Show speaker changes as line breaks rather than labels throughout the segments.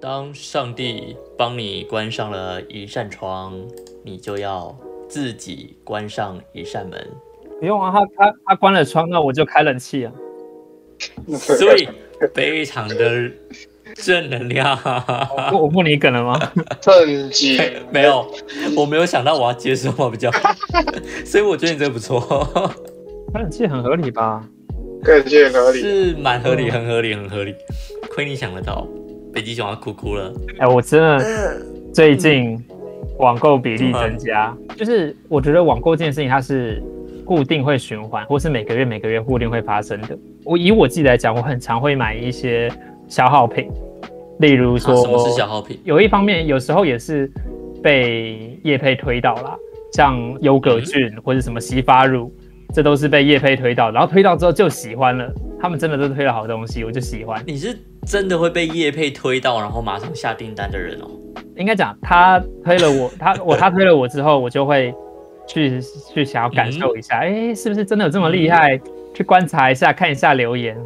当上帝帮你关上了一扇窗，你就要自己关上一扇门。
不用啊，他他他关了窗，那我就开冷气啊。
所以非常的正能量。 啊
我我不理梗 了吗？
正经
没有，我没有想到我要接什么比较 好，所以我觉得你这个不错，
开冷气很合理吧？
更见合理。嗯
是蛮合理，很合理，很合理。亏你想得到，北极熊要哭哭了。
哎、我真的最近网购
嗯
比例增加，就是我觉得网购这件事情它是固定会循环，或是每个月每个月固定会发生的。我以我自己来讲，我很常会买一些消耗品，例如
啊
说，
什么是消耗品？
有一方面有时候也是被叶配推到啦，像优格菌或者什么洗发乳，这都是被叶配推到，然后推到之后就喜欢了，他们真的都推了好东西，我就喜欢。
你是真的会被叶配推到，然后马上下订单的人哦。
应该讲他推 了我，他我他推了我之后，我就会去去想要感受一下，哎、是不是真的有这么厉害？
嗯
去观察一下，看一下留言，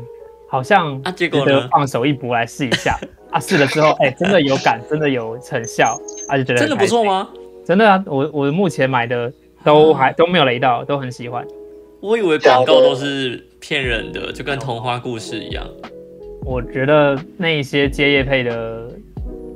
好像
啊结
值
果呢
得放手一搏来试一下。啊，试了之后，哎、真的有感，真的有成效，啊，就觉得
真的不错
吗？
吗？
真的啊，我我目前买的都还都没有雷到，都很喜欢。
我以为广告都是骗人的，就跟童话故事一样。
我觉得那一些接业配的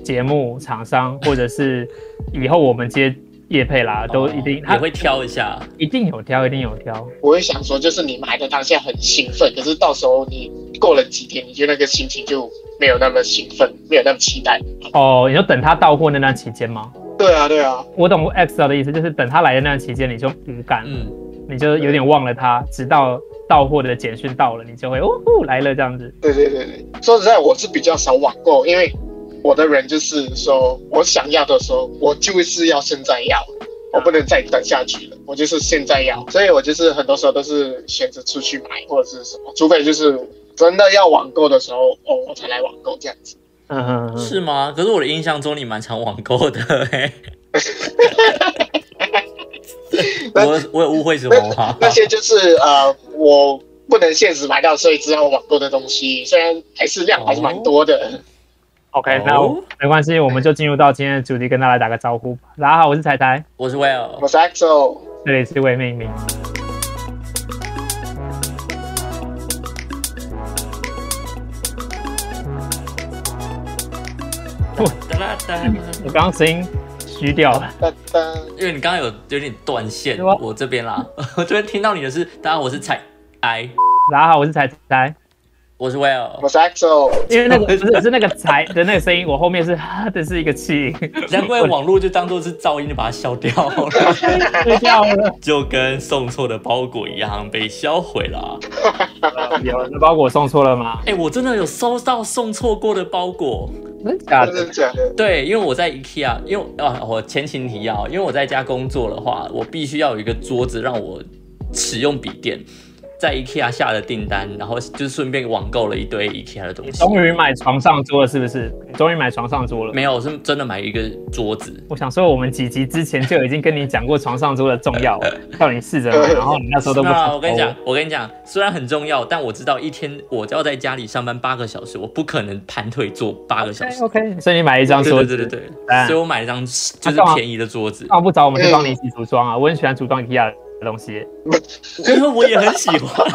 节目厂商，或者是以后我们接业配啦，都一定
哦
他
也会挑一下。
一定有挑，一定有挑。
我会想说，就是你买的当下很兴奋，可是到时候你过了几天，你就那个心情就没有那么兴奋，没有那么期待。
哦，你就等他到货那段期间吗？
对啊，对啊，
我懂 Excel 的意思，就是等他来的那段期间，你就无感，
嗯，
你就有点忘了他，直到到货的简讯到了，你就会哦呼来了这样子。
对对对对。说实在，我是比较少网购，因为我的人就是说我想要的时候，我就是要现在要，我不能再等下去了，我就是现在要。所以我就是很多时候都是选择出去买或者是什么，除非就是真的要网购的时候，哦，我才来网购这样子。
嗯哼哼，
是吗？可是我的印象中你蛮常网购的、欸，我我有误会什么吗？
那些就是呃，我不能限时买到，所以只好网购的东西，虽然还是量还是蛮多的。
OK，那我
哦
没关系，我们就进入到今天的主题，跟大家打个招呼吧。大家好，我是彩彩，
我是 Well，
我是 XO，
这里是未命名。
哒啦哒啦
我刚刚声音虚掉了，
噔噔，
因为你刚刚有有点断线，
是吗
我这边啦， 我这边听到你的是，大家好，我是彩 I，
大家好，我是彩彩。
我是 Well，
我是 XO，
因为那个不是是那个才的那个声音，我后面是 哈的是一 个气音，
难怪网络就当做是噪音，就把它消掉了，
对掉了。
就跟送错的包裹一样被销毁了。
有那包裹送错了吗？
哎、我真的有收到送错过的包裹。
真假
真
的
的？假的？
对，因为我在 IKEA，因为啊，我前情提要，因为我在家工作的话，我必须要有一个桌子让我使用笔电。在 IKEA 下了订单，然后就顺便网购了一堆 IKEA 的东
你
西。
终于买床上桌了，是不是？你终于买床上桌了。
没有，我是真的买一个桌子。
我想说，我们几集之前就已经跟你讲过床上桌的重要了，叫你试着买，然后你那时候都不
那
想。
啊我跟你讲，，我跟你讲，虽然很重要，但我知道一天我要在家里上班八个小时，我不可能盘腿坐八个小时。
哎 OK，所以你哦买一张
对
桌
对
子，
对对对，
嗯
所以我买了一张就是
干嘛
便宜的桌子，
那不找我们
嗯
去帮你一起组装啊？我很喜欢组装 IKEA 的东西。
因为 我也很喜欢，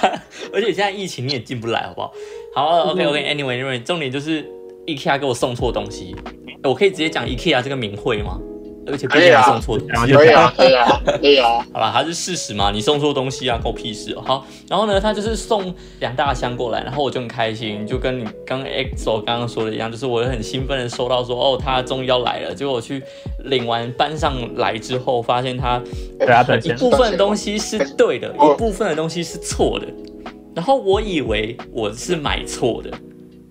而且现在疫情你也进不来，好不好？好，OK OK，Anyway Anyway，重点就是 IKEA 给我送错东西，我可以直接讲 IKEA 这个名讳吗？而且毕
可以
竟
啊
还送错东西，
可以啊，可以啊，可以啊。
好啦，它是事实嘛，你送错东西啊，关我屁事哦、好，然后呢，他就是送两大箱过来，然后我就很开心，就跟你刚 EXO 刚刚说的一样，就是我很兴奋的收到说，哦，他终于要来了。结果我去领完搬上来之后，发现他
对啊，等一
一
下。
部分的东西是对的，一部分的东西是错的。然后我以为我是买错的，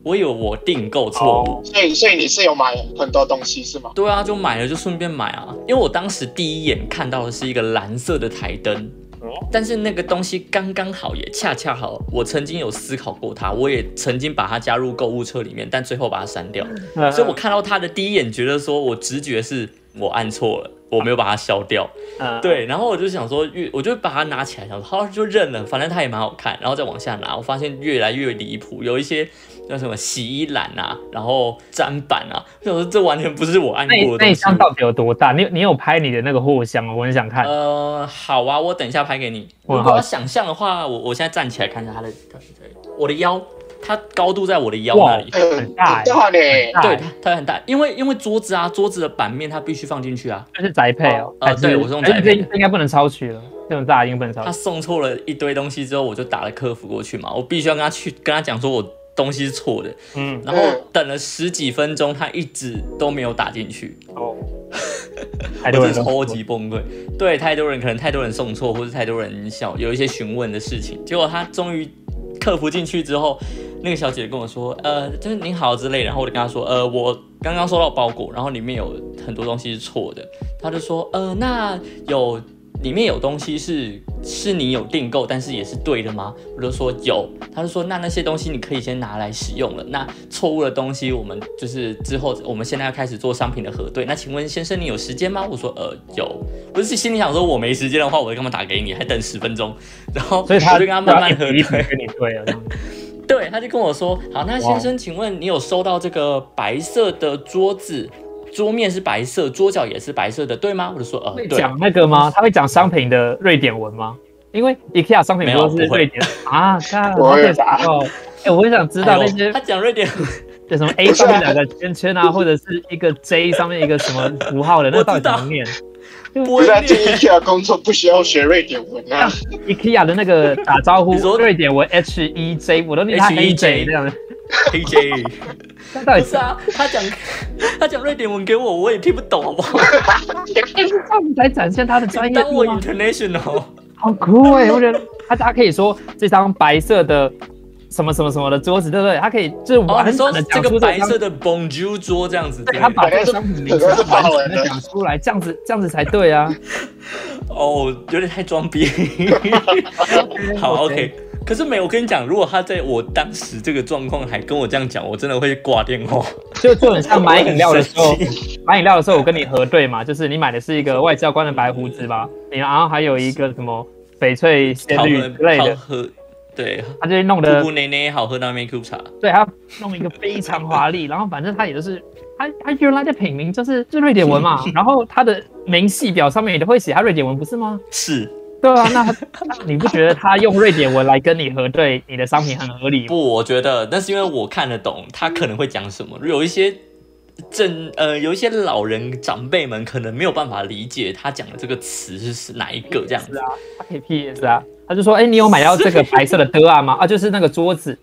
我以为我订购错
哦
误。
所以，所以你是有买很多东西是吗？
对啊，就买了就顺便买啊，因为我当时第一眼看到的是一个蓝色的台灯
哦。
但是那个东西刚刚好，也恰恰好。我曾经有思考过它，我也曾经把它加入购物车里面，
嗯
但最后把它删掉。所以我看到它的第一眼，觉得说我直觉是我按错了，我没有把它消掉。
嗯，
对，然后我就想说越，我就把它拿起来，想说好就认了，反正它也蛮好看，然后再往下拿，我发现越来越离谱，有一些叫什么洗衣篮啊，然后砧板啊，我想说这完全不是我按
那你
过的
那
东
你
西。
箱到底有多大？你你有拍你的那个货箱吗？我很想看。
呃，好啊，我等一下拍给你。
我
如
很
果
好
要想象的话，我我现在站起来看一下它的，我的腰，它高度在我的腰
哇
那里。
很
很大欸
大呢，
大
对，它它很大，因为因为桌子啊，桌子的版面它必须放进去啊。
这是宅配哦。
呃
还是
对我是用宅配
哎这
的
这应该不能超取了，这种大应该不能超
他
取。
送错了一堆东西之后，我就打了客服过去嘛，我必须要跟他去跟他讲说我东西是错的，
嗯，
然后
嗯
等了十几分钟，他一直都没有打进去，
哦，
我
太多
真的
人都
超级崩溃。对，太多人可能太多人送错，或者太多人想有一些询问的事情，结果他终于客服进去之后，那个小姐跟我说，呃，就是您好之类，然后我就跟她说，呃，我刚刚收到包裹，然后里面有很多东西是错的，她就说，呃，那有里面有东西是是你有订购，但是也是对的吗？我就说有，她就说那那些东西你可以先拿来使用了，那错误的东西我们就是之后我们现在要开始做商品的核对，那请问先生你有时间吗？我说呃有，我是心里想说我没时间的话，我干嘛打给你，还等十分钟，然后
所以他
我就跟他慢慢核
一直
对。
跟你对了，这样
对，他就跟我说：“好，那
哇
先生，请问你有收到这个白色的桌子，桌面是白色，桌角也是白色的，对吗？”我就说：“呃，
会
对。
讲那个吗？他会讲商品的瑞典文吗？因为 IKEA 商品
没
不
有
都是
不会
瑞典 啊？看，
不
好
会
可惜
吧
哦。哎，我很想知
哎呦”
道那些
他讲瑞 典文，
就什么 A
不是啊
上面两个圈圈啊，或者是一个 J 上面一个什么符号的，那
我
到
知
底
道
怎么念
不
不是啊
会
进
念
IKEA 工作不需要学瑞典文啊，
？IKEA 的那个打招呼
你说，
瑞典文 H E J，我都念他
HEJ
A J 这样的，
AJ，
那 到
不
底
是
是
啊，他讲他讲瑞典文给我，我也听不懂，好不好？
这样才展现哎他的专业
哎当
度
我
吗？
international，
好酷哎！我觉得他他可以说这张白色的什么什么什么的桌子，对不对？他可以就是
哦，你
完
说
整的
这
讲
个
出
白
这
色
张。
的 Bonjour 桌这样子之
对
类
他
的，
把这个商品名
可
称
能是法
完
文的
整的讲出来，这样子这样子才对啊。
哦，有点太装 逼。好，OK。可是没有，我跟你讲，如果他在我当时这个状况还跟我这样讲，我真的会挂电话。
就就很像买饮料的时
我
候
很，
买饮料的时候我跟你核对嘛，就是你买的是一个外交官的白胡子吧，你然后还有一个什么翡翠仙
好
女
喝
之类
好
的，
喝，对，
他就弄
姑
得
姑奶奶好喝到没 Q 茶，
对，他弄一个非常华丽，然 后反正他也就是他他原来的品名就是就是瑞典文嘛，然后他的明细表上面也都会写他瑞典文不是吗？
是
对啊，那那你不觉得他用瑞典文来跟你核对你的商品很合理吗？
不？我觉得那是因为我看得懂他可能会讲什么，有一些。正呃，有一些老人长辈们可能没有办法理解他讲的这个词是是哪一个这样
是
子。
啊，他可以 PS 啊，他就说，哎、你有买到这个白色的的啊吗？啊，就是那个桌子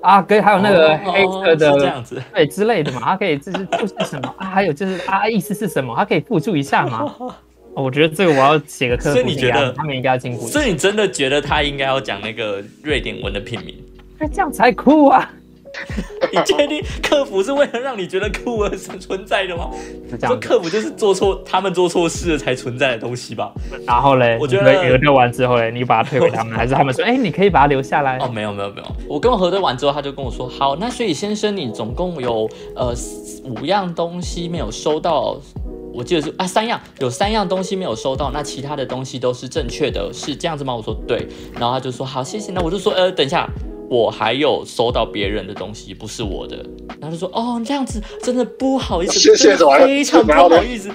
啊，跟还有那个黑色的、
哦是这样子，
对之类的嘛，他可以就是就是什么啊，还有就是啊，意思是什么，他可以附注一下嘛。哦我觉得这个我要写个科
所以
普
你
给他
觉得
们，他们应该要经过，
所以你真的觉得他应该要讲那个瑞典文的品名？
那这样才酷啊！
你确定客服是为了让你觉得酷而存在的吗？
是这
这
样子，
客服就是做错，他们做错事了才存在的东西吧？
然后嘞，
我觉得
你核对完之后嘞，你把它退给他们，还是他们说，哎、你可以把它留下来？
哦，没有没有没有，我跟我核对完之后，他就跟我说，好，那所以先生你总共有呃五样东西没有收到。我记得是啊，三样有三样东西没有收到，那其他的东西都是正确的，是这样子吗？我说对，然后他就说好，谢谢。那我就说呃，等一下，我还有收到别人的东西，不是我的。然后他就说哦，这样子真的不好意思，
谢谢
真的非常不
怎么样
好意思。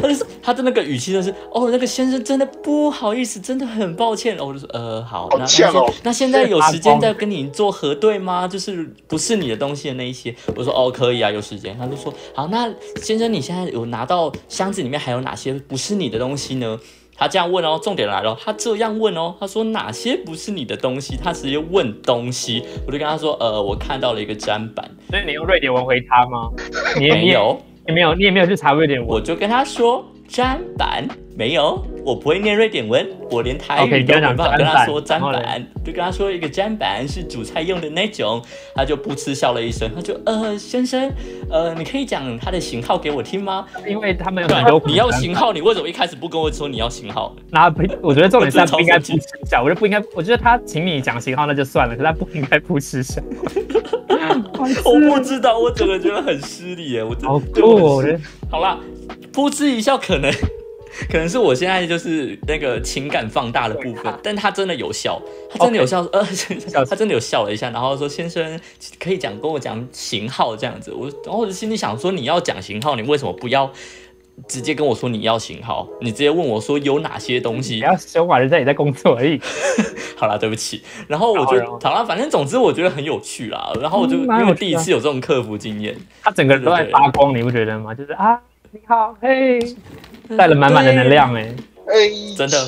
他就是他的那个语气就是哦，那个先生真的不好意思，真的很抱歉。哦我就说呃好，那那
好呛哦
先那现在有时间再跟你做核对吗？就是不是你的东西的那一些？我说哦可以啊，有时间。他就说好，那先生你现在有拿到箱子里面还有哪些不是你的东西呢？他这样问哦，重点来了，他这样问哦，他说哪些不是你的东西？他直接问东西，我就跟他说，呃，我看到了一个砧板，
所以你用瑞典文回他吗？你也
没，有，
你也没有，你也没有去查瑞典文。
我就跟他说砧板没有，我不会念瑞典文，我连台语
OK，
都没办
你
法
跟他讲
跟他说砧
砧板然后
板，就跟他说一个砧板是煮菜用的那种，他就噗嗤笑了一声，他就呃先生，呃你可以讲它的型号给我听吗？
因为他们有
对
很多，
你要型号，你为什么一开始不跟我说你要型 号？
那不，我觉得重点是他不应该
我真
扑
的
哧笑，我就不应该，我觉得他请你讲型号那就算了，可是他不应该扑哧 笑。
我不知道，我整个觉得很失礼耶，我真
好
对我很
酷、哦，我
失
觉得
好啦，噗嗤一笑，可能 可能是我现在就是那个情感放大的部分，但他真的有笑，他真的有笑，呃， 他真的有笑了一下，然后说先生可以讲跟我讲型号这样子，我然后我就心里想说你要讲型号，你为什么不要？直接跟我说你要型号，你直接问我说有哪些东西。
不要小马人家也在工作而已。
好啦，对不起。然后我就好啦，反正总之我觉得很有趣啦。然后我就、
嗯蛮有趣的
因为第一次有这种客服经验，
他整个人都在发光，你不觉得吗？就是啊，你好，嘿，带了满满的能量哎、
哎，
真的，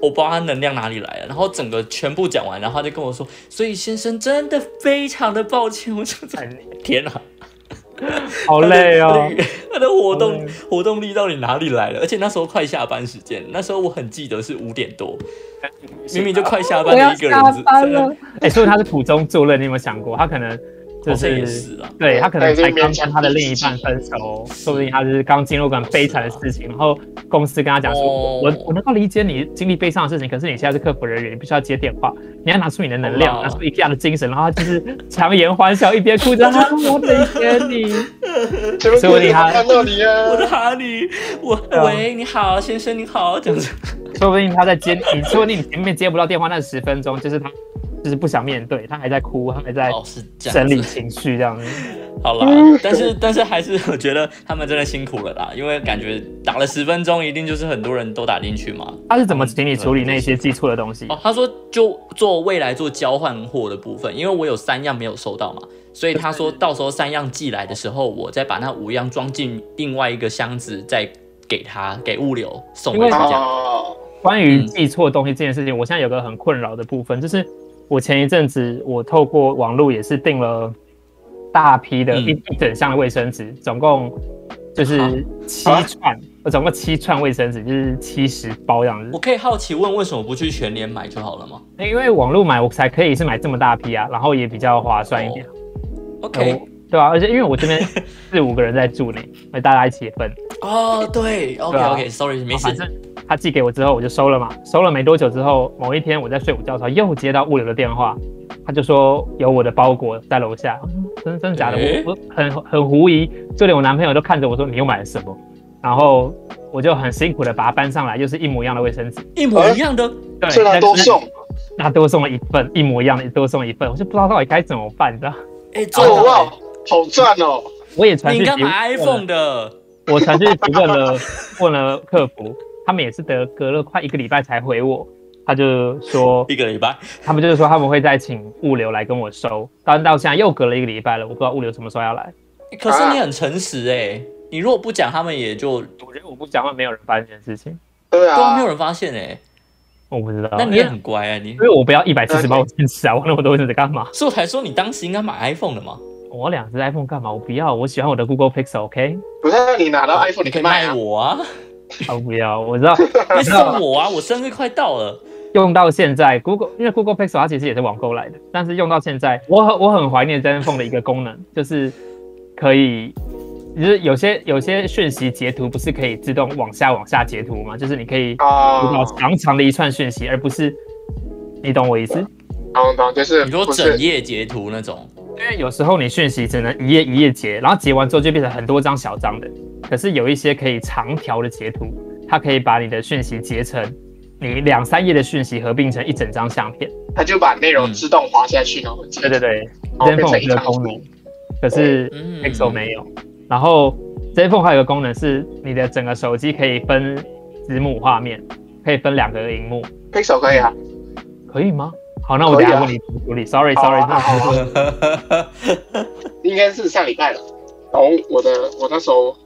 我不知道他能量哪里来的。啊然后整个全部讲完，然后他就跟我说，所以先生真的非常的抱歉，我就在天啊，
好累哦。
他的活动
嗯
活动力到底哪里来了？而且那时候快下班时间，那时候我很记得是五点多，明明就快下班的一个人啊在那，
哎、所以他是苦中作乐，你有没有想过？他可能就
好像也
是。
是啊。
对他可能才
对这
刚
边
跟他的另一半分手，说不定他就是刚经历过很悲惨的事情，然后公司跟他讲说，
哦
我我能够理解你经历悲伤的事情，可是你现在是客服人员，你必须要接电话，你要拿出你的能
好
量，
啦
拿出一家的精神，然后他就是强颜欢笑，一边 哭着，啊我理解你，
前面
所以我
有
厉
点
害
看到你
我的
啊，
哈利，我
啊
喂，你好，先生你好，这样子。
说不定他在接你，说不定你前面接不到电话那十分钟，就是他就是不想面对，他还在哭，他还在
哦，是这样
哎整理
子。
情绪这样子。
好啦，
嗯
但是但是还是 我觉得他们真的辛苦了啦，因为感觉打了十分钟，一定就是很多人都打进去嘛。
他是怎么请你处理那些寄错的东西？
哦，他说就做未来做交换货的部分，因为我有三样没有收到嘛，所以他说到时候三样寄来的时候，我再把那五样装进另外一个箱子，再给他给物流送回去这样。
哦，
关于寄错东西这件事情，我现在有个很困扰的部分，就是我前一阵子我透过网络也是订了大批的
嗯
一一整箱的卫生纸，总共就是七
啊
串，我总共七串卫生纸，就是七十包这样
我
子。
可以好奇问，为什么不去全联买就好了吗
因为网络买我才可以是买这么大批啊，然后也比较划算一点。
？OK，
我对啊，而且因为我这边四五个人在住呢，所以大家一起分。
哦，对，OK
对啊
OK，Sorry，、没事
反。正他寄给我之后，我就收了嘛。收了没多久之后，某一天我在睡午觉的时候，又接到物流的电话，他就说有我的包裹在楼下。嗯真真假的？
诶
我我很很狐疑，就连我男朋友都看着我说你又买了什么？然后我就很辛苦的把它搬上来，又是一模一样的卫生纸。
一模一样的，
对，
虽然多
但是
送，
他多送了一份，一模一样的多送了一份，我就不知道到底该怎么办，你知道？
哎、
哦
真的
哇，好赚哦，
我也传
你
讯
应
息
该买
问了
iPhone 的，
我传讯息问了 问了客服，他们也是得隔了快一个礼拜才回我。他就说
一个礼拜，
他们就是说他们会再请物流来跟我收，但到现在又隔了一个礼拜了，我不知道物流什么时候要来。
可是
啊
你很诚实哎、你如果不讲，他们也就
我觉得我不讲话，没有人发现这件事情，
对
对啊，没有
啊，
人发现哎、
我不知道。哎
那你
因
也
为
很乖啊，你
因为我不要一百七十
嗯
包卫生纸啊，我那么多卫生纸干嘛？
所以我才说你当时应该买 iPhone 的嘛，
我两只 iPhone 干嘛？我不要，我喜欢我的 Google Pixel，OK？、
不是你拿到 iPhone
你
你
可
可
以
以卖
卖
啊，
我 啊，
啊，我不要，我知道
你送我啊，我生日快到了，
用到现在 Google，因为 Google Pixel 它其实也是网购来的，但是用到现在，我很我很怀念 iPhone 的一个功能，就是可以。就是有些有些讯息截图不是可以自动往下往下截图吗？就是你可以读到
哦，
长长的一串讯息，而不是你懂我意思？
懂懂，就是
你说
不
整
是
页截图那种，
因为有时候你讯息只能一页一页截，然后截完之后就变成很多张小张的。可是有一些可以长条的截图，它可以把你的讯息截成你两三页的讯息合并成一整张相片。
他就把内
嗯
容自动滑下去，然后
对对对
哦变
，iPhone 有
成
这个
一张
功能，可是
嗯
Pixel 没有。然后 iPhone 还有一个功能是，你的整个手机可以分子母画面，可以分两个荧幕，
，Pixel 可以啊，
可以吗？好，那我等一
可以
下
啊
问你怎么处理。Sorry，Sorry，、
好啊好啊好啊应该是上礼拜了。然后我的我那时候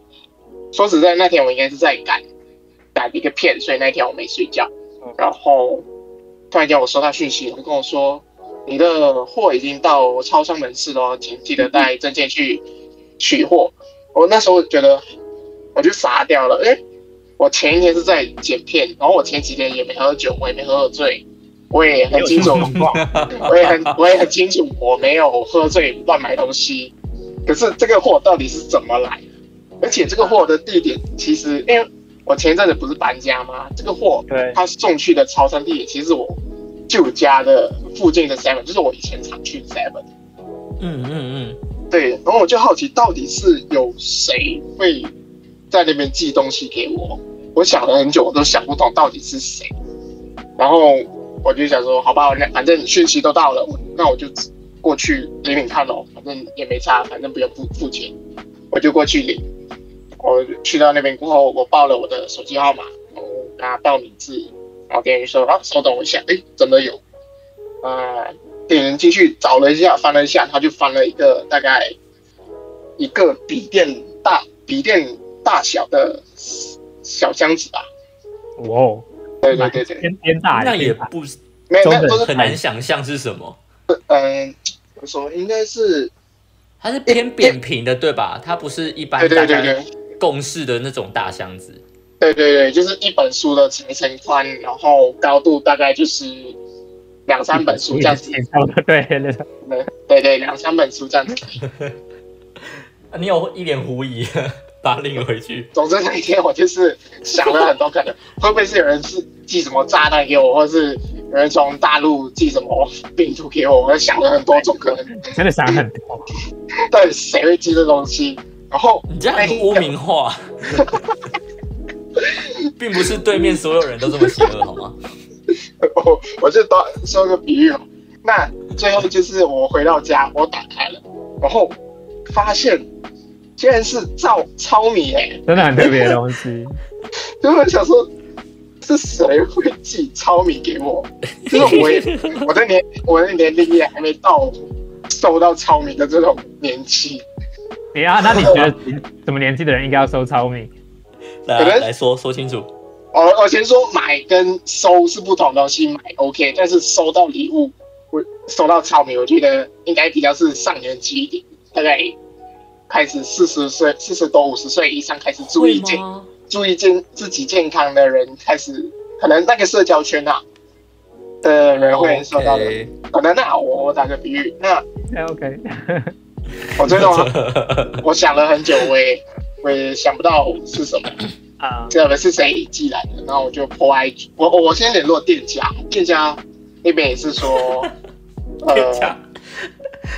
说实在，那天我应该是在赶赶一个片，所以那天我没睡觉。然后突然间我收到讯息，他跟我说你的货已经到超商门市了，请记得带证件去取货。我那时候觉得我就傻掉了，因为我前一天是在剪片，然后我前几天也没喝酒，我也没喝醉，我也很清楚。我也很 我也很清楚，我没有喝醉乱买东西。可是这个货到底是怎么来的？而且这个货的地点其实，因为我前一阵子不是搬家吗？这个货
对
它送去的超商地点，其实我旧家的附近的 Seven，就是我以前常去的 Seven。
嗯嗯嗯，
对，然后我就好奇，到底是有谁会在那边寄东西给我，我想了很久，我都想不懂到底是谁。然后我就想说，好吧，那反正讯息都到了，我那我就过去领领看咯，反正也没差，反正不用付付钱，我就过去领。我去到那边过后，我报了我的手机号码，我跟他报名字，然后店员说啊，稍等我一下，诶，真的有。啊、店员进去找了一下，翻了一下，他就翻了一个大概一个笔电大笔电大小的小箱子吧。
哇哦，
对对对对，
天天大
那也
也大
不
没有，
中
那
等
都是
很难想象是什么。
嗯，怎么说应该是
它是偏扁平的，对吧？它不是一般
对
大
对对对
家共识的那种大箱子。
对对对，就是一本书的长乘宽，然后高度大概就是两三本书这样子。
对对对，
对对对，两三本书这样子。
啊你有一脸狐疑， 把它领回去。
总之那一天我就是想了很多可能，会不会是有人是寄什么炸弹给我，或是有人从大陆寄什么病毒给我？我想了很多种可能，
真的想很多。
到底谁会寄这东西？然后
你这样很污名化，并不是对面所有人都这么邪恶，好吗？
我我就当说个比喻嘛。那最后就是我回到家，我打开了，然后发现竟然是糙糙米哎、欸，
真的很特别的东西。
所以我想说，是谁会寄糙米给我？就是我也我的年我的年龄也还没到收到糙米的这种年纪，
你啊，那你觉得什么年纪的人应该要收糙米？
来啊
可能
来说说清楚。
我我先说买跟收是不同东西，买 OK，但是收到礼物，我收到糙米，我觉得应该比较是上年纪一点，大概开始四十岁、四十多、五十岁以上开始注意健
吗？
注意健自己健康的人，开始可能那个社交圈啊的人会收到的
哦 OK
可能那我我打个比喻，那
哎 OK，
我最 终我想了很久，我也我也想不到是什么。
啊，
这个是谁寄来的？然后我就 po IG，我我我先联络店家，店家那边也 是说，
店
呃
家，，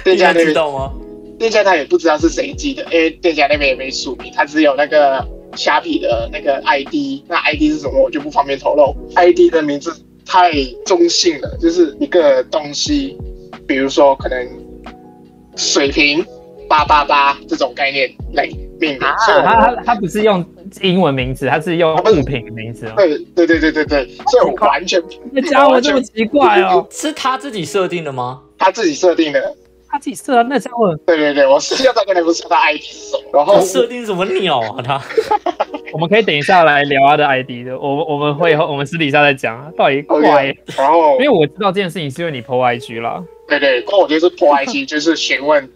店家
你
那
知
边
道吗？
店家他也不知道是谁寄的，因为店家那边也没署名，他只有那个虾皮的那个 ID，那 ID 是什么我就不方便透露，ID 的名字太中性了，就是一个东西，比如说可能水瓶八八八这种概念来命名，所
他
以我
他他不是用英文名字，他是用物品的名字哦。
对对对对对对，所以我完全
那家伙这么奇怪哦，
是他自己设定的吗？
他自己设定的。
他自己设的那家伙，
对对对，我私下再跟你们说他 ID 是什么，然后
他设定什么鸟啊？他
我们可以等一下来聊他的 ID 的，我我们会我们私底下再讲啊，到底怪，
OK，
因
然后
为我知道这件事情是因为你 PO IG 啦，
对对，过我就是破 IG，就是询问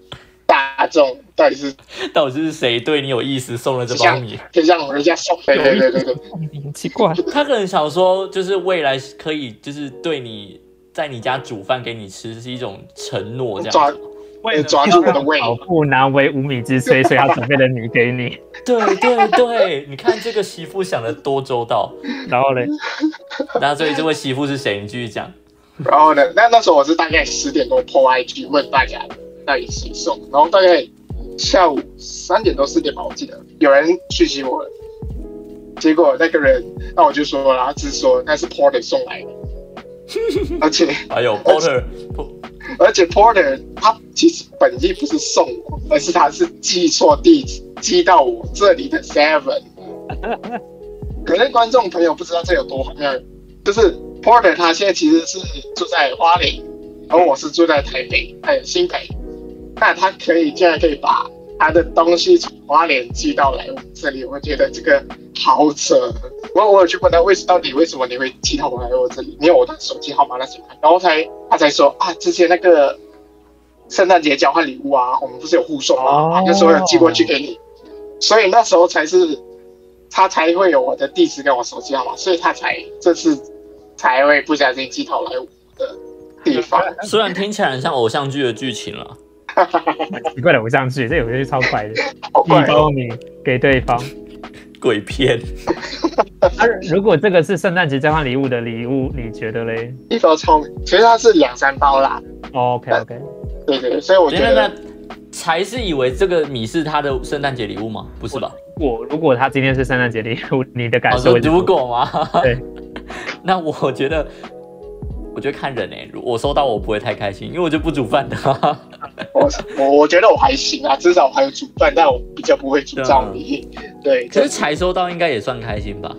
大众到底是
到底是谁对你有意思送了这包米？
就像人家送，对对对对对，
很奇怪，
他可能想说，就是未来可以，就是对你在你家煮饭给你吃是一种承诺，这样
抓
子。
为
抓住我的胃
老妇难为无米之炊，所以他准备了米给 你，
对对对，你看这个媳妇想的多周到。
然后嘞，
那所以这位媳妇是谁？你继续讲。
然后呢，那那时候我是大概十点多破 IG 问大家到底谁送，然后大概下午三点多四点吧，我记得有人讯息我了，结果那个人，那我就说了，他只是说那是 Porter 送来的，而且。
还
呃
有 Porter，
而且 Porter 他其实本意不是送我，而是他是寄错地址，寄到我这里的 Seven。可能观众朋友不知道这有多荒谬，就是 Porter 他现在其实是住在花莲，而我是住在台北，还有新北。那他可以竟然可以把他的东西从花莲寄到来我们这里，我觉得这个好扯。我我有去问他为什到底为什么你会寄到我来我这里，你有我的手机号码那些吗？然后才他才说啊，之前那个圣诞节交换礼物啊，我们不是有互送吗？
哦
那时候有寄过去给你，所以那时候才是他才会有我的地址跟我手机号码，所以他才这次才会不小心寄到来我的地方。
虽然听起来很像偶像剧的剧情了，
奇怪的偶像剧，这有些超怪的，
好
一
怪哦
包米给对方。
鬼片。
啊，如果这个是圣诞节交换礼物的礼物，你觉得嘞哦
一包超，其实它是两三包啦，
？OK OK，
对对，对所以我觉
那那
得
那才是以为这个米是他的圣诞节礼物吗？不是吧？
我如果他今天是圣诞节礼物，你的感
哦，
受
说
会是什么？
如果吗？
对，
那我觉得，我觉得看人哎、如我收到我不会太开心，因为我就不煮 饭的、
我我我觉得我还行啊，至少我还有煮饭，但我比较不会煮糙米。对，
可
这
是才收到应该也算开心吧？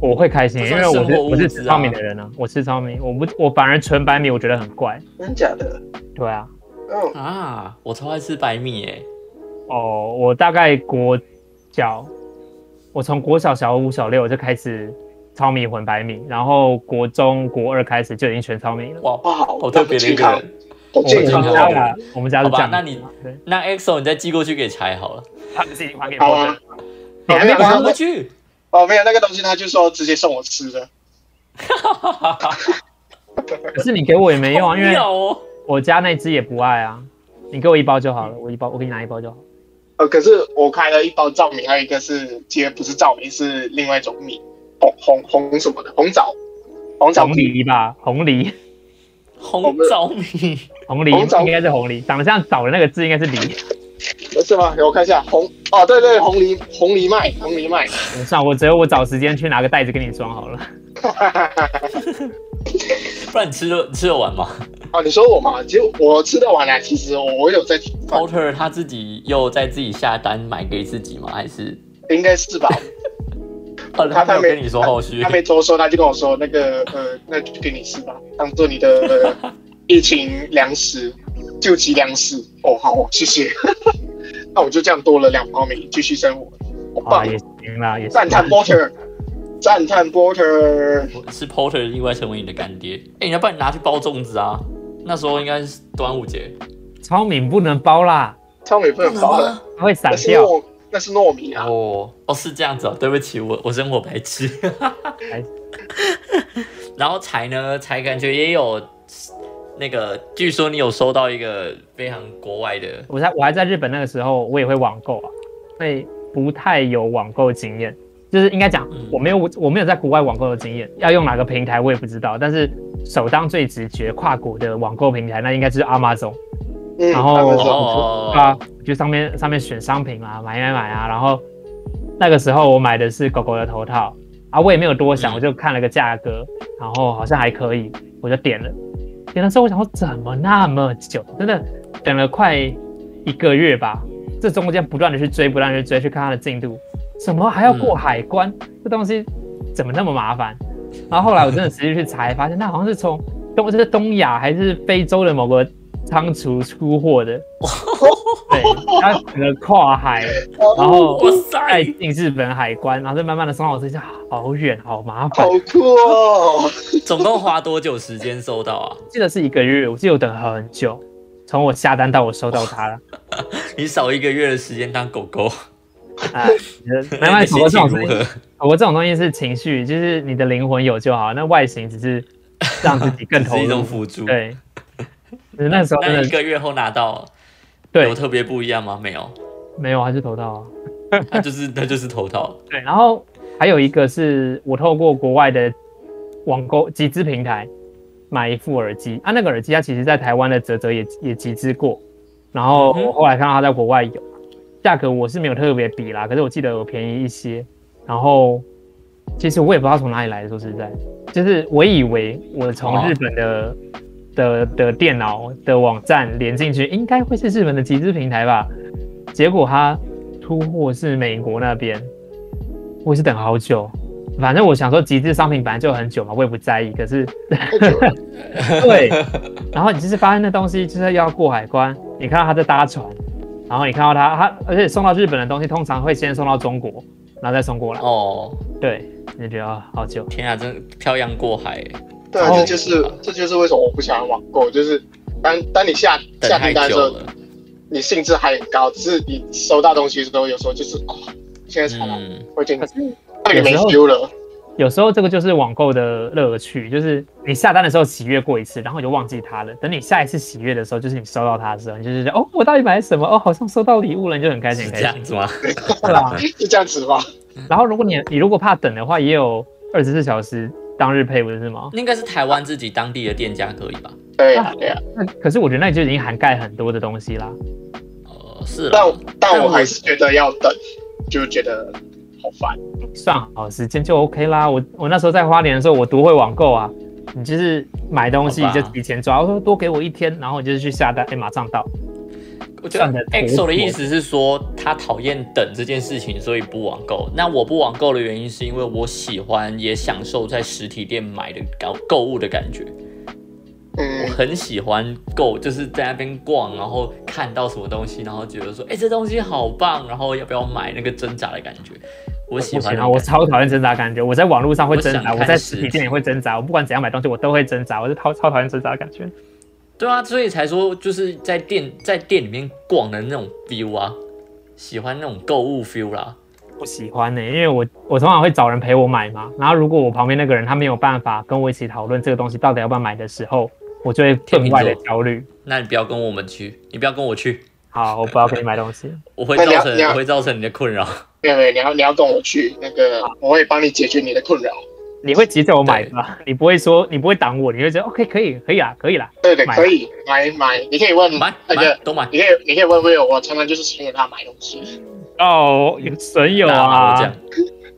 我会开心，
这
因
算
为我
生
是
活物
我
质啊
是吃糙米的人啊，我吃糙米，我不我反而纯白米我觉得很怪。
真假的？
对啊，
嗯，
啊，我超爱吃白米哎、
哦，我大概国小，我从国小小五小六我就开始糙米混白米，然后国中国二开始就已经全糙米了。
哇，
哇，好
好哦特别的一
健
个
康，
人。
好
我
健
们
健
康
康
家
哦。
啦，我们家是
好吧
这样子。
那你
对
那 EXO 你再寄过去给柴好了，
他们自己还给
好
我
啊
的，你还没
好啊
还
还回去。
哦，没有那个东西，他就说直接送我吃的。
可是你给我也没用啊，因为
好妙哦
我家那只也不爱啊。你给我一包就好了，我一包，我给你拿一包就好。
呃，可是我开了一包糙米，还有一个是，其实不是糙米，是另外一种米，红红红什么的，红枣，红枣
红
米。
梨吧，红梨，
红枣米，
红梨
红枣
应该是红梨，长得像枣的那个字应该是梨。
是吗？我看一下红哦，对对，红梨红梨麦，红梨麦。
我算我只有我找时间去拿个袋子给你装好了。
不然你吃得吃得完 吗
哦，你说我嘛，其实我吃得完啦、其实我我有在煮饭，
？Porter 他自己又在自己下单买给自己吗？还是
应该是吧？
哦，
他
没
他
有
没
跟你说后续
他？没多说，他就跟我说那个呃，那就给你吃吧，当做你的、呃、疫情粮食，救急粮食。哦，好哦，谢谢。 那我就这样多了两包米，继续生活，好
啊，
棒！
也行啦，也行啦
赞叹 Porter，赞叹 Porter。
是 Porter 意外成为你的干爹？哎、你要不然你拿去包粽子啊？那时候应该是端午节，
糙米不能包啦，
糙米不能包了，
它会散
那是
掉。
糯那是糯米啊。
哦哦，是这样子哦，对不起，我我生活白痴。 然后才呢，才感觉也有那个，据说你有收到一个非常国外的，
我在我还在日本那个时候，我也会网购啊，所以不太有网购经验。就是应该讲
嗯，
我没有我没有在国外网购的经验，要用哪个平台我也不知道。但是首当最直觉跨国的网购平台，那应该就是 Amazon。
嗯，
然后
他们
哦
说
哦
啊，就上面上面选商品嘛，买买买啊。然后那个时候我买的是狗狗的头套啊，我也没有多想，
嗯
我就看了个价格，然后好像还可以，我就点了。点的时候我想说，怎么那么久？真的等了快一个月吧，这中间不断的去追，不断的去追，去看它的进度，什么还要过
嗯
海关，这东西怎么那么麻烦？然后后来我真的实际去查，发现它好像是从东这是东亚还是非洲的某个仓储出货的，对，它整个跨海，然后
哇
再
塞，
进日本海关，然后再慢慢的送到我身上，好远，好麻烦。
好酷哦！
总共花多久时间收到 啊？
我记得是一个月，我记得我等很久，从我下单到我收到它了。
你少一个月的时间当狗狗，
啊，难
那
怪
你的
狗
心情
狗这种
如
东西，
何？
狗狗这种东西是情绪，就是你的灵魂有就好，那外形只是让自己 更投
是一种
入。
辅助。，
对， 就是那时候真
那一
的
个月后拿到，有
对，
特别不一样吗？没有，
没有还是投到啊。
那就是那就是头套。
对，然后还有一个是我透过国外的网购集资平台买一副耳机啊，那个耳机它其实在台湾的泽泽也也集资过，然后
嗯哼
我后来看到它在国外有，价格我是没有特别比啦，可是我记得有便宜一些，然后其实我也不知道从哪里来的，说实在，就是我以为我从
哦
日本的。的的电脑的网站连进去，应该会是日本的集资平台吧？结果它出货是美国那边，我也是等好久。反正我想说，极致商品本来就很久嘛，我也不在意。可是，
太久了，
对，然后你就是发现那东西就是要过海关，你看到他在搭船，然后你看到他，他而且送到日本的东西通常会先送到中国，然后再送过来。
哦，
对，你就觉得啊、好久。
天啊，真漂洋过海，
对啊，
哦
这就是这就是为什么我不喜欢网购，就是当当你下
等
下
太
订单的时
久
候，
了。
你兴致还很高，只是你收到东西的时候，有时候就是哦，现在才来，
嗯，
我已经
可是
那个没
有时候
feel 了。
有时候这个就是网购的乐趣，就是你下单的时候喜悦过一次，然后你就忘记它了。等你下一次喜悦的时候，就是你收到它的时候，你就是觉得哦，我到底买了什么？哦，好像收到礼物了，你就很开心，
是
很
这
开心。
样子 吗？
对啦
嗯
是这样子吗？
然后如果你你如果怕等的话，也有二十四小时当日配，不是吗？
应该是台湾自己当地的店家可以吧？
嗯
对呀、啊、对呀、啊，
那可是我觉得那就已经涵盖很多的东西啦。
呃是啦
但但我
我
还是觉得要等，就觉得好烦。
算好时间就 OK 啦。我我那时候在花莲的时候，我读会网购啊，你就是买东西
好吧
就提前抓，我说多给我一天，然后你就是去下单，哎、马上到。
我觉得
上的头
EXO
头
的意思是说他讨厌等这件事情，所以不网购。那我不网购的原因是因为我喜欢也享受在实体店买的购购物的感觉，我
嗯，
很喜欢购，就是在那边逛，然后看到什么东西，然后觉得说，哎、这东西好棒，然后要不要买？那个挣扎的感觉，我喜
不
欢
行
那种
啊，我
感觉。
超讨厌挣扎的感觉。我在网络上会挣
我
扎，
想
我
看
在
实
实体
体
店也会挣扎，我不管怎样买东西，我都会挣扎，我是超超讨厌挣扎的感觉。
对啊，所以才说就是在店在店里面逛的那种 feel 啊，喜欢那种购物 feel 啦、
不喜欢欸呢、因为我我通常会找人陪我买嘛，然后如果我旁边那个人他没有办法跟我一起讨论这个东西到底要不要买的时候，我就会分外的焦虑。
那你不要跟我们去，你不要跟我去，
好，我不要给你买东西。
我会
那你
造
要
成
你要
我会造成你的困扰。
没有没有，你要你要跟我去那个，我会帮你解决你的困扰。
你会急着我买吧？你不会说，你不会挡我，你会觉得 OK 可以可以啦，可以啦。
对的，
买
可以买买，你可以问
买
那
买
个，
都买。
你可以你可以问问我，我常常就是请给他买东
嗯
西。
哦，损友
大马都这
啊
样，，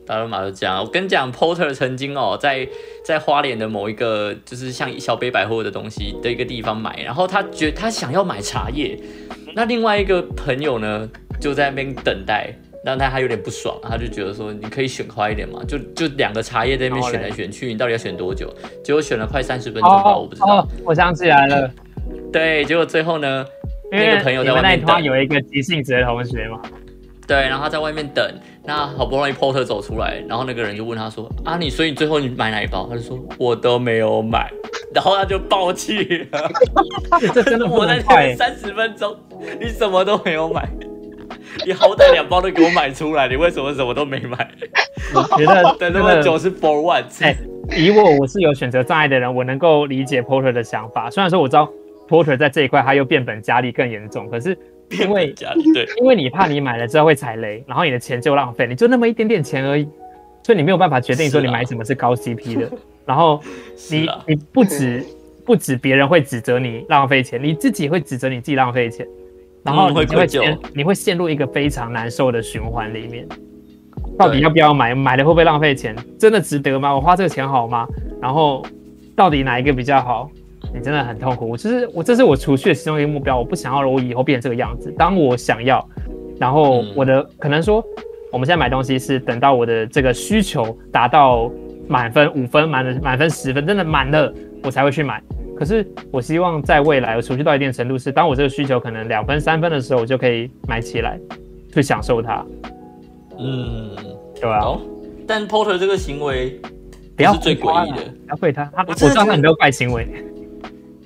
大人马都这样。我跟你讲，Porter 曾经哦，在在花莲的某一个就是像小北百货的东西的一个地方买，然后他觉他想要买茶叶，那另外一个朋友呢就在那边等待。那他还有点不爽，他就觉得说你可以选快一点嘛，就就两个茶叶在那边
然后嘞
选来选去，你到底要选多久？结果选了快三十分钟吧，我
哦
不知道
哦。，我想起来了，
对，结果最后呢，
因
那
为
个朋友
你
在外
们那
面
一团
等
有一个急性子的同学嘛，
对，然后他在外面等，那好不容易 porter 走出来，然后那个人就问他说：“啊，你所以你最后你买哪一包？”他就说：“我都没有买。”然后他就爆气 了，
这真的不
我 在
能
那
快
边。三十分钟，你什么都没有买，你好歹两包都给我买出来，你为什么什么都没买？
我觉 得
等
真
那么久
的，
是 for once，、
哎以我我是有选择障碍的人，我能够理解 Porter 的想法。虽然说我知道 Porter 在这一块他又变本加厉更严重，可是因为
家里对，
因为你怕你买了之后会踩雷，然后你的钱就浪费，你就那么一点点钱而已，所以你没有办法决定说
是啊
你买什么是高 CP 的。然后
是
你
啊，
你不止不止别人会指责你浪费钱，你自己会指责你自己浪费钱，然后
嗯会
你就会
愧疚
陷你会陷入一个非常难受的循环里面。到底
对
要不要买？买了会不会浪费钱？真的值得吗？我花这个钱好吗？然后到底哪一个比较好？你真的很痛苦。我就是我，这是我储蓄的其中一个目标。我不想要我以后变成这个样子。当我想要，然后
嗯
我的、可能说，我们现在买东西是等到我的这个需求达到满分五分，满了满分十分，真的满了，我才会去买。可是我希望在未来，我储蓄到一定程度是，当我这个需求可能两分、三分的时候，我就可以买起来，去享受它，
嗯，
对吧、
好，但 porter 这个行为
不要
是最
管
诡异
它啦
的。
不要怪他，他
我
我
真的
知
觉
道他
得
很多怪行为。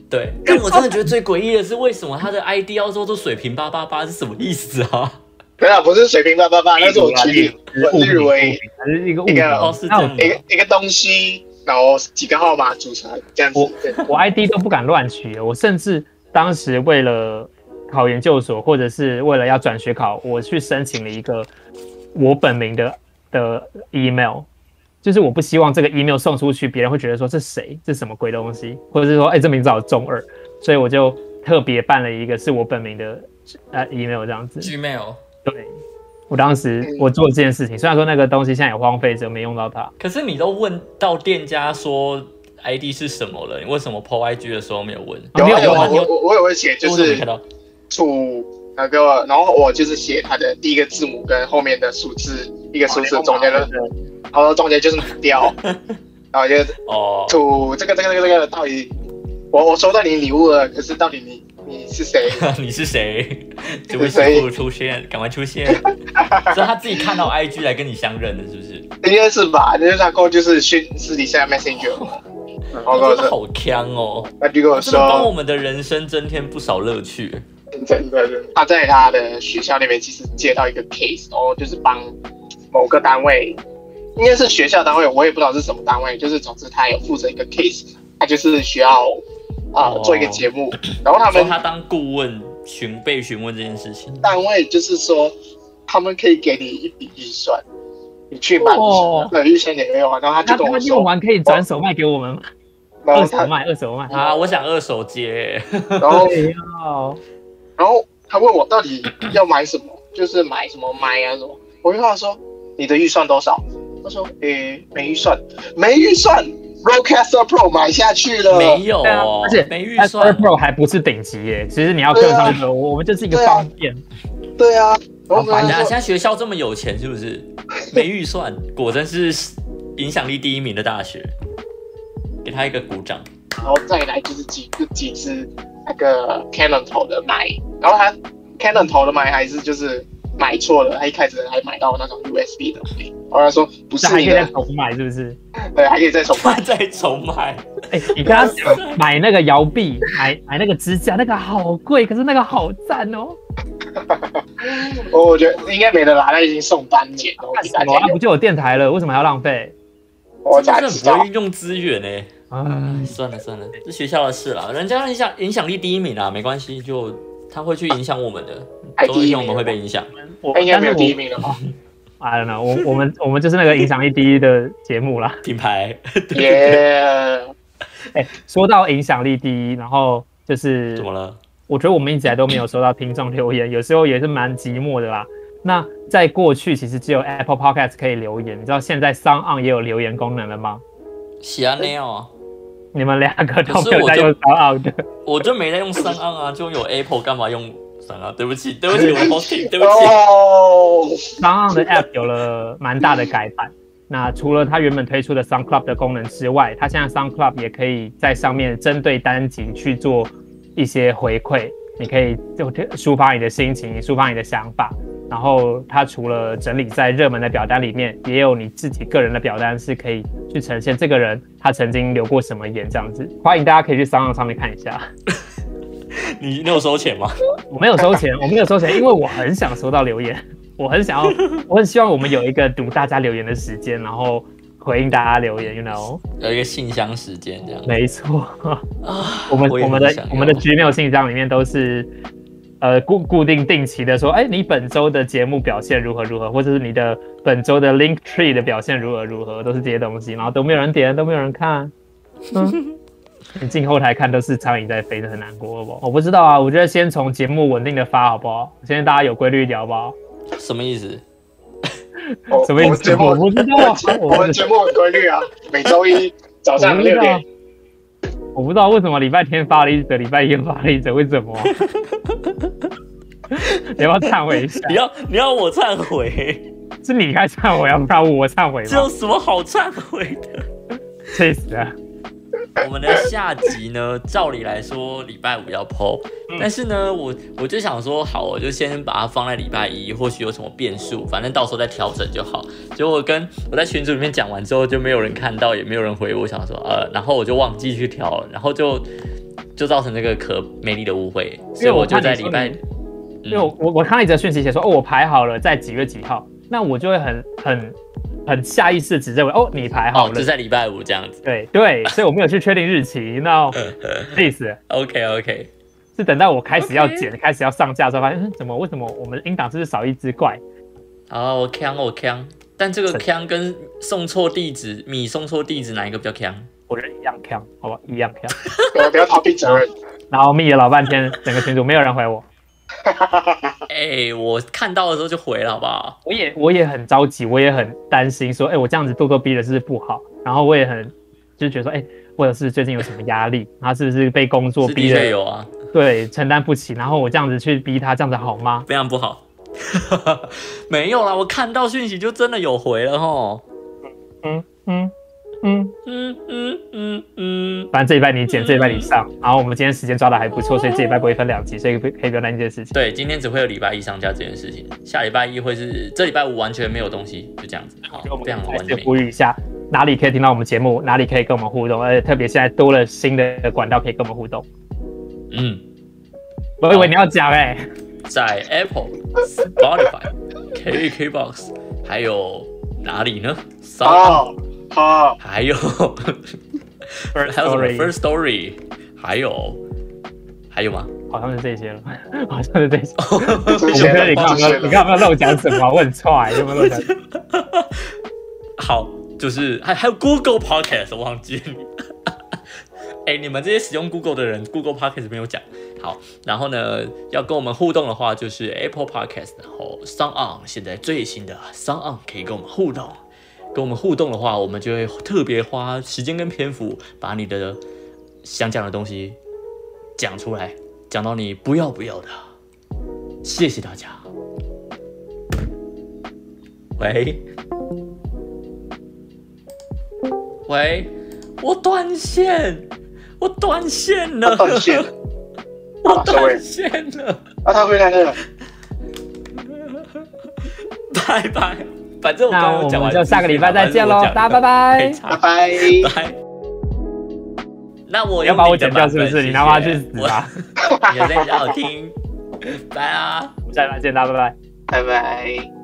对，但我真的觉得最诡异的是，为什么他的 ID 要做出水平八八八是什么意思啊？
没有，不是水平八八八，那是我举例，我
物
举
品，物
为
品，它是一个物
一
品。
个
哦，是这
那我
样
一
的
个，一个东西，然后几个号码组成这样子
我。
对
我 ID 都不敢乱取，我甚至当时为了考研究所，或者是为了要转学考，我去申请了一个我本名的的 email，就是我不希望这个 email 送出去，别人会觉得说这谁，这什么鬼东西，或者是说哎、这名字好中二，所以我就特别办了一个是我本名的呃 email 这样子。
Gmail。
对，我当时
嗯
我做这件事情，虽然说那个东西现在也荒废着，没用到它。
可是你都问到店家说 ID 是什么了，你为什么 PO IG 的时候没有问？
啊
有
没有
啊有啊，
没有
我我我有会写，就
为什么没
是
看到。
处那个，然后我就是写它的第一个字母跟后面的数字，一个数字中
哦
间的，然后中间就是拿掉，然后就
哦，
土这个这个这个这个到底，我我收到你礼物了，可是到底你你是谁？
你是谁？这位客户出现，赶快出现！所以他自己看到 IG 来跟你相认的，是不是？
应该是吧？就是他跟我就是讯私底下 messenger 我，然后跟我
真的
说，
好强哦，
他就跟我
真的帮我
说，
们的人生增添不少乐趣。
真的真的他在他的学校那边其实接到一个 case，然后就是帮某个单位，应该是学校单位，我也不知道是什么单位，就是总之他有负责一个 case，他就是需要啊、
哦
做一个节目，然后他
说
们
他当顾问询被询问这件事情，
单位就是说，他们可以给你一笔预算，你去买
哦
那预算也没有啊。然后他
那
就跟
他
我
用
说，
完可以转手卖给我们吗？
然后
二手
他，
卖，二手卖。哦
啊，我想二手接。
然后
不要
然后他问我到 底要买什么，就是买什么麦啊什么。我就跟他说你的预算多少？他说诶没预算，没预算，Rodecaster Pro 买下去了。
没有
对啊
哦，
而且
没预算
Pro 还不是顶级耶。其实你要跟上去，我们就是一个
对啊
方便。
对啊，然后
好
我
啊
跟
等一下
他
现
说
在学校这么有钱是不 是？没预算，果真是影响力第一名的大学，给他一个鼓掌。
然后再来就是几就几只那个 Canon 头的麦，然后他 Canon 头的麦还是就是买错了，他一开始还买到那种 USB 的麦，然后他说不
这
是
还可
你
以再
的，
重买，是不是？
对，还可以再重买。
他在重买，
哎、你跟他 讲买那个摇臂，买买那个支架，那个好贵，可是那个好赞哦。
哦我我觉得应该没得啦，他已经送班姐了，我给大
什么？啊
家
那不就有电台了？为什么还要浪费？
我
真
家
的
知
是很不
道
会。运用资源哎。
哎，
算了算了，是学校的事啦，人家影响影响力第一名啊啦，没关系，就他会去影响我们的，
还
总有
第
一
一
天我
名
们会被影响。
我
他应该没有第一
名。
名 了吧？
I don't know，我我们我们就是那个影响力第一的节目啦。
品牌
耶！
说到影响力第一，然后就是
怎么了？
我觉得我们一直以来都没有收到听众留言，有时候也是蛮寂寞的啦。那在过去，其实只有 Apple Podcast 可以留言，你知道现在 Sound On 也有留言功能了吗？
喜安 n 哦，你
你们两个都
可是
没有
我
在
就
用 Sound On 的，
我就没在用三岸啊，就有 Apple 干嘛用三岸？对不起，对不起，我 hosting，对不起。
哦，
Sound On 的 App 有了蛮大的改版。那除了它原本推出的 Sound Club 的功能之外，它现在 Sound Club 也可以在上面针对单集去做一些回馈，你可以就抒发你的心情，抒发你的想法。然后它除了整理在热门的表单里面，也有你自己个人的表单是可以去呈现这个人他曾经留过什么言这样子。欢迎大家可以去 Sound On 上面看一下。
你你有收钱吗？
我没有收钱，我没有收钱，因为我很想收到留言，我很想要，我很希望我们有一个读大家留言的时间，然后回应大家留言，you know？
有一个信箱时间这样
没错，
啊。
我们
我也
我们
很想
的
要
我们的 Gmail 信箱里面都是。呃，固固定定期的说，哎，你本周的节目表现如何如何，或者是你的本周的 Link Tree 的表现如何如何，都是这些东西，然后都没有人点，都没有人看。 嗯，你进后台看都是苍蝇在飞，的，很难过，好不好？我不知道啊，我觉得先从节目稳定的发，好不好？现在大家有规律一点，好不好？
什么意思？
我
什么
哦我
意
们
思？
节
我
目
不知道啊，我
我
不
们
知
节目很规律啊，每周一早
我
上
不
六
知道
点。，
我不知道为什么礼拜天发了一则，礼拜一发了一则，为什么？你要不要忏悔一 下？
你要你要我忏 悔？
是你该忏悔，要不然我忏悔
这有
吗？
什么好忏悔的？
气死了！
我们的下集呢，照理来说礼拜五要 PO，、
嗯
但是呢，我我就想说，好，我就先把它放在礼拜一，或许有什么变数，反正到时候再调整就好。结果我跟我在群组里面讲完之后，就没有人看到，也没有人回我，想说呃，然后我就忘记去调了，然后就就造成这个可美丽的误会，所以我就在礼拜嗯
因为我怕你说，因为我我我看到一则讯息写说，哦，我排好了，在几月几号，那我就会很很很下意识地只认为，哦，你排好
哦，
了
就，在礼拜五这样子。
对对，所以我没有去确定日期，那气死了！
OK OK，
是等到我开始要剪、 开始要上架的时候，发现嗯怎么为什么我们音档是不是少一只怪？
好，啊我呛我呛，但这个
是
呛跟送错地址，米送错地址哪一个比较呛？
我觉得一样强，好吧，一样强。
不要不要逃避责任。
然后密了老半天，整个群组没有人回我，
哎、我看到的时候就回了，好不好？
我也我也很着急，我也很担心，说，哎、我这样子咄咄逼人是不是不好？然后我也很就是觉得说，哎、我是不是最近有什么压力？他是不是被工作
是的
逼
确
的，
有啊，
对，承担不起？然后我这样子去逼他，这样子好吗？
非常不好。 没有啦，我看到讯息就真的有回了吼。
嗯嗯，
嗯嗯嗯嗯，
反正这一拜你剪，这一拜你上，然后我们今天时间抓的还不错，所以这一拜不会分两集，所以可以可以不用担心这件事情。
对，今天只会有礼拜一上架这件事情，下礼拜一会是这礼拜五完全没有东西，就这样子，好
所以我，们
非常
再
完
次
美。
呼吁一下，哪里可以听到我们节目，哪里可以跟我们互动，而且特别现在多了新的管道可以跟我们互动。
嗯，
我以为你要讲哎、
在 Apple、Spotify、KKBox，还有哪里呢？Sound，
啊
好，好，
还有
欸，
还有什么
Sorry，
First Story，还有还有吗？
好像是这些了， 好像是这些。
这
我
些
觉得你
人
刚
这
刚
些
有没有你
人
刚刚有没有漏讲什么？我很踹，有没有漏讲？
好，就是还还有 Google Podcast，我忘记。 哎、你们这些使用 Google 的人，Google Podcast 没有讲。好，然后呢，要跟我们互动的话，就是 Apple Podcast，然后 Sound On，现在最新的 Sound On 可以跟我们互动。跟我们互动的话，我们就会特别花时间跟篇幅，把你的想讲的东西讲出来，讲到你不要不要的。谢谢大家。喂，喂，我断线，我断线了，
断线了
我
好各位
断线了。
哦啊，他回来了，
拜拜。反正我刚
那
刚有
我
讲完，
们就下个礼拜再见喽，
反正我讲
大家拜
没
拜。
拜
差
拜。
拜。那我
你
用
要把我
你的
剪掉
版
是不
本
是？
谢
你
谢
他妈去死吧！！
我你的声音比较好听，拜啊。
我们下礼拜见，大家拜拜。
拜拜。